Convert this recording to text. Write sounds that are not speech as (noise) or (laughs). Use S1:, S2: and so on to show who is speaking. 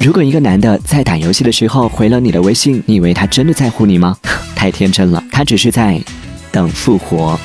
S1: 如果一个男的在打游戏的时候回了你的微信，你以为他真的 (laughs) 在乎你吗？太天真了，他只是在等复活。